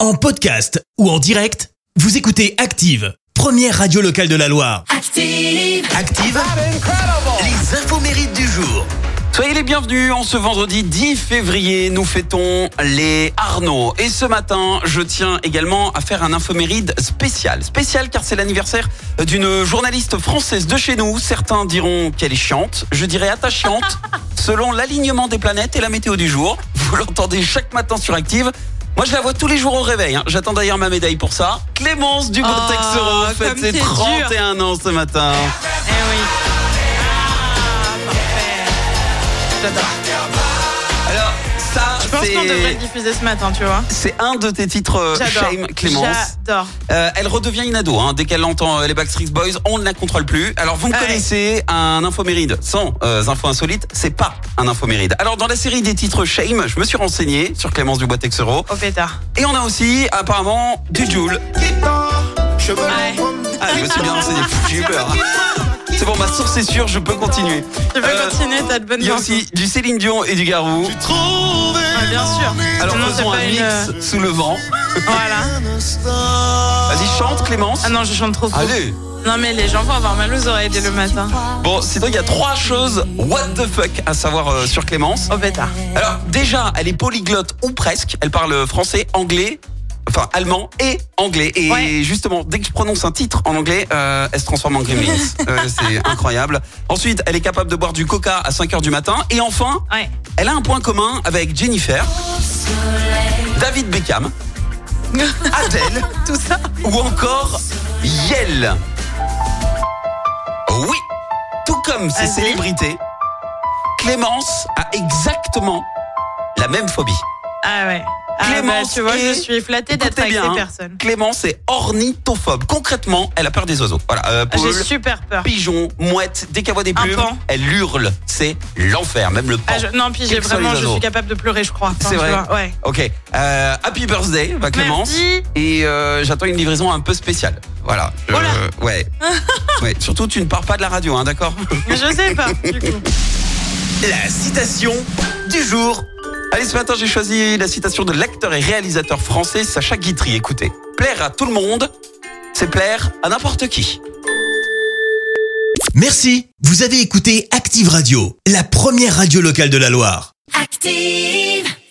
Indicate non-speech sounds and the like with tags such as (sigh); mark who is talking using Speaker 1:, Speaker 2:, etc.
Speaker 1: En podcast ou en direct, vous écoutez Active, première radio locale de la Loire.
Speaker 2: Active.
Speaker 1: Active, les infos mérites du jour.
Speaker 3: Soyez les bienvenus. En ce vendredi 10 février, nous fêtons les Arnaud. Et ce matin, je tiens également à faire un infoméride spécial. Spécial car c'est l'anniversaire d'une journaliste française de chez nous. Certains diront qu'elle est chiante. Je dirais
Speaker 4: (laughs)
Speaker 3: attachante selon l'alignement des planètes et la météo du jour. Vous l'entendez chaque matin sur Active. Moi, je la vois tous les jours au réveil. hein. J'attends d'ailleurs ma médaille pour ça. Clémence du Texoro
Speaker 4: Oh,
Speaker 3: fête
Speaker 4: comme
Speaker 3: ses
Speaker 4: c'est dur.
Speaker 3: 31 ans ce matin.
Speaker 4: Eh oui. Ah, J'adore.
Speaker 3: Alors, ça,
Speaker 4: Je pense
Speaker 3: c'est-
Speaker 4: qu'on devrait le diffuser ce matin, tu vois.
Speaker 3: c'est un de tes titres, euh,
Speaker 4: J'adore.
Speaker 3: Shame Clémence.
Speaker 4: J'adore.
Speaker 3: Euh, elle redevient une ado. hein. Dès qu'elle entend euh, les Backstreet Boys, on ne la contrôle plus. Alors, vous me
Speaker 4: Ouais.
Speaker 3: connaissez, un infoméride sans euh, infos insolites, c'est pas un infoméride. Alors, dans la série des titres Shame, je me suis renseigné sur Clémence Dubois-Texero.
Speaker 4: Au pétard.
Speaker 3: Et on a aussi, apparemment, du Joule.
Speaker 4: Ouais.
Speaker 3: Ah, je me suis bien
Speaker 4: (laughs)
Speaker 3: renseigné. Pff, J'ai eu peur. C'est bon, ma source est sûre, je peux continuer.
Speaker 4: Tu peux
Speaker 3: Euh,
Speaker 4: continuer, t'as de bonnes
Speaker 3: Il y a
Speaker 4: infos.
Speaker 3: aussi du Céline Dion et du Garou.
Speaker 4: Ah, bien sûr.
Speaker 3: Alors,
Speaker 4: Non, c'est
Speaker 3: faisons
Speaker 4: pas
Speaker 3: un
Speaker 4: une,
Speaker 3: mix
Speaker 4: euh,
Speaker 3: sous le vent.
Speaker 4: Voilà.
Speaker 3: Vas-y, chante, Clémence.
Speaker 4: Ah non, je chante trop fort.
Speaker 3: Allez
Speaker 4: Non, mais les gens vont avoir mal aux oreilles dès le matin.
Speaker 3: Bon, sinon, il y a trois choses what the fuck à savoir euh, sur Clémence.
Speaker 4: Au pétard.
Speaker 3: Alors, déjà, elle est polyglotte ou presque. Elle parle français, anglais, enfin allemand et anglais. Et
Speaker 4: Ouais.
Speaker 3: justement, dès que je prononce un titre en anglais, euh, elle se transforme en gremlins. Euh, c'est incroyable. Ensuite, elle est capable de boire du coca à 5 heures du matin. Et enfin,
Speaker 4: Ouais.
Speaker 3: elle a un point commun avec Jennifer, David
Speaker 4: (laughs)
Speaker 3: Beckham, Adèle
Speaker 4: Tout ça.
Speaker 3: ou encore Yel. Oui, tout comme ces
Speaker 4: Vas-y.
Speaker 3: célébrités, Clémence a exactement la même phobie.
Speaker 4: Ah ouais. Ah,
Speaker 3: Clémence
Speaker 4: bah, tu vois,
Speaker 3: et-
Speaker 4: je suis flattée d'être
Speaker 3: Écoutez
Speaker 4: avec
Speaker 3: bien,
Speaker 4: ces
Speaker 3: hein,
Speaker 4: personnes.
Speaker 3: Clémence est ornithophobe. Concrètement, elle a peur des oiseaux. Voilà, euh,
Speaker 4: Ah, J'ai
Speaker 3: Paul,
Speaker 4: super peur.
Speaker 3: pigeon, mouette, dès qu'elle voit des
Speaker 4: Un
Speaker 3: plumes,
Speaker 4: pan.
Speaker 3: elle hurle. C'est l'enfer, même le pan.
Speaker 4: Ah, je- Non, puis j'ai
Speaker 3: Quels sont les
Speaker 4: vraiment, je
Speaker 3: oiseaux
Speaker 4: suis capable de pleurer, je crois. Enfin,
Speaker 3: C'est
Speaker 4: tu
Speaker 3: vrai.
Speaker 4: vois, Ouais.
Speaker 3: Ok, euh, happy birthday, bah, Clémence.
Speaker 4: Merci.
Speaker 3: Et euh, j'attends une livraison un peu spéciale. Voilà. Euh,
Speaker 4: Voilà.
Speaker 3: (laughs) ouais. ouais. Surtout, tu ne pars pas de la radio, hein, d'accord
Speaker 4: Mais je sais pas, du coup.
Speaker 3: (laughs) La citation du jour. Allez, ce matin, j'ai choisi la citation de l'acteur et réalisateur français Sacha Guitry. Écoutez, plaire à tout le monde, c'est plaire à n'importe qui.
Speaker 1: Merci, vous avez écouté Active Radio, la première radio locale de la Loire.
Speaker 2: Active.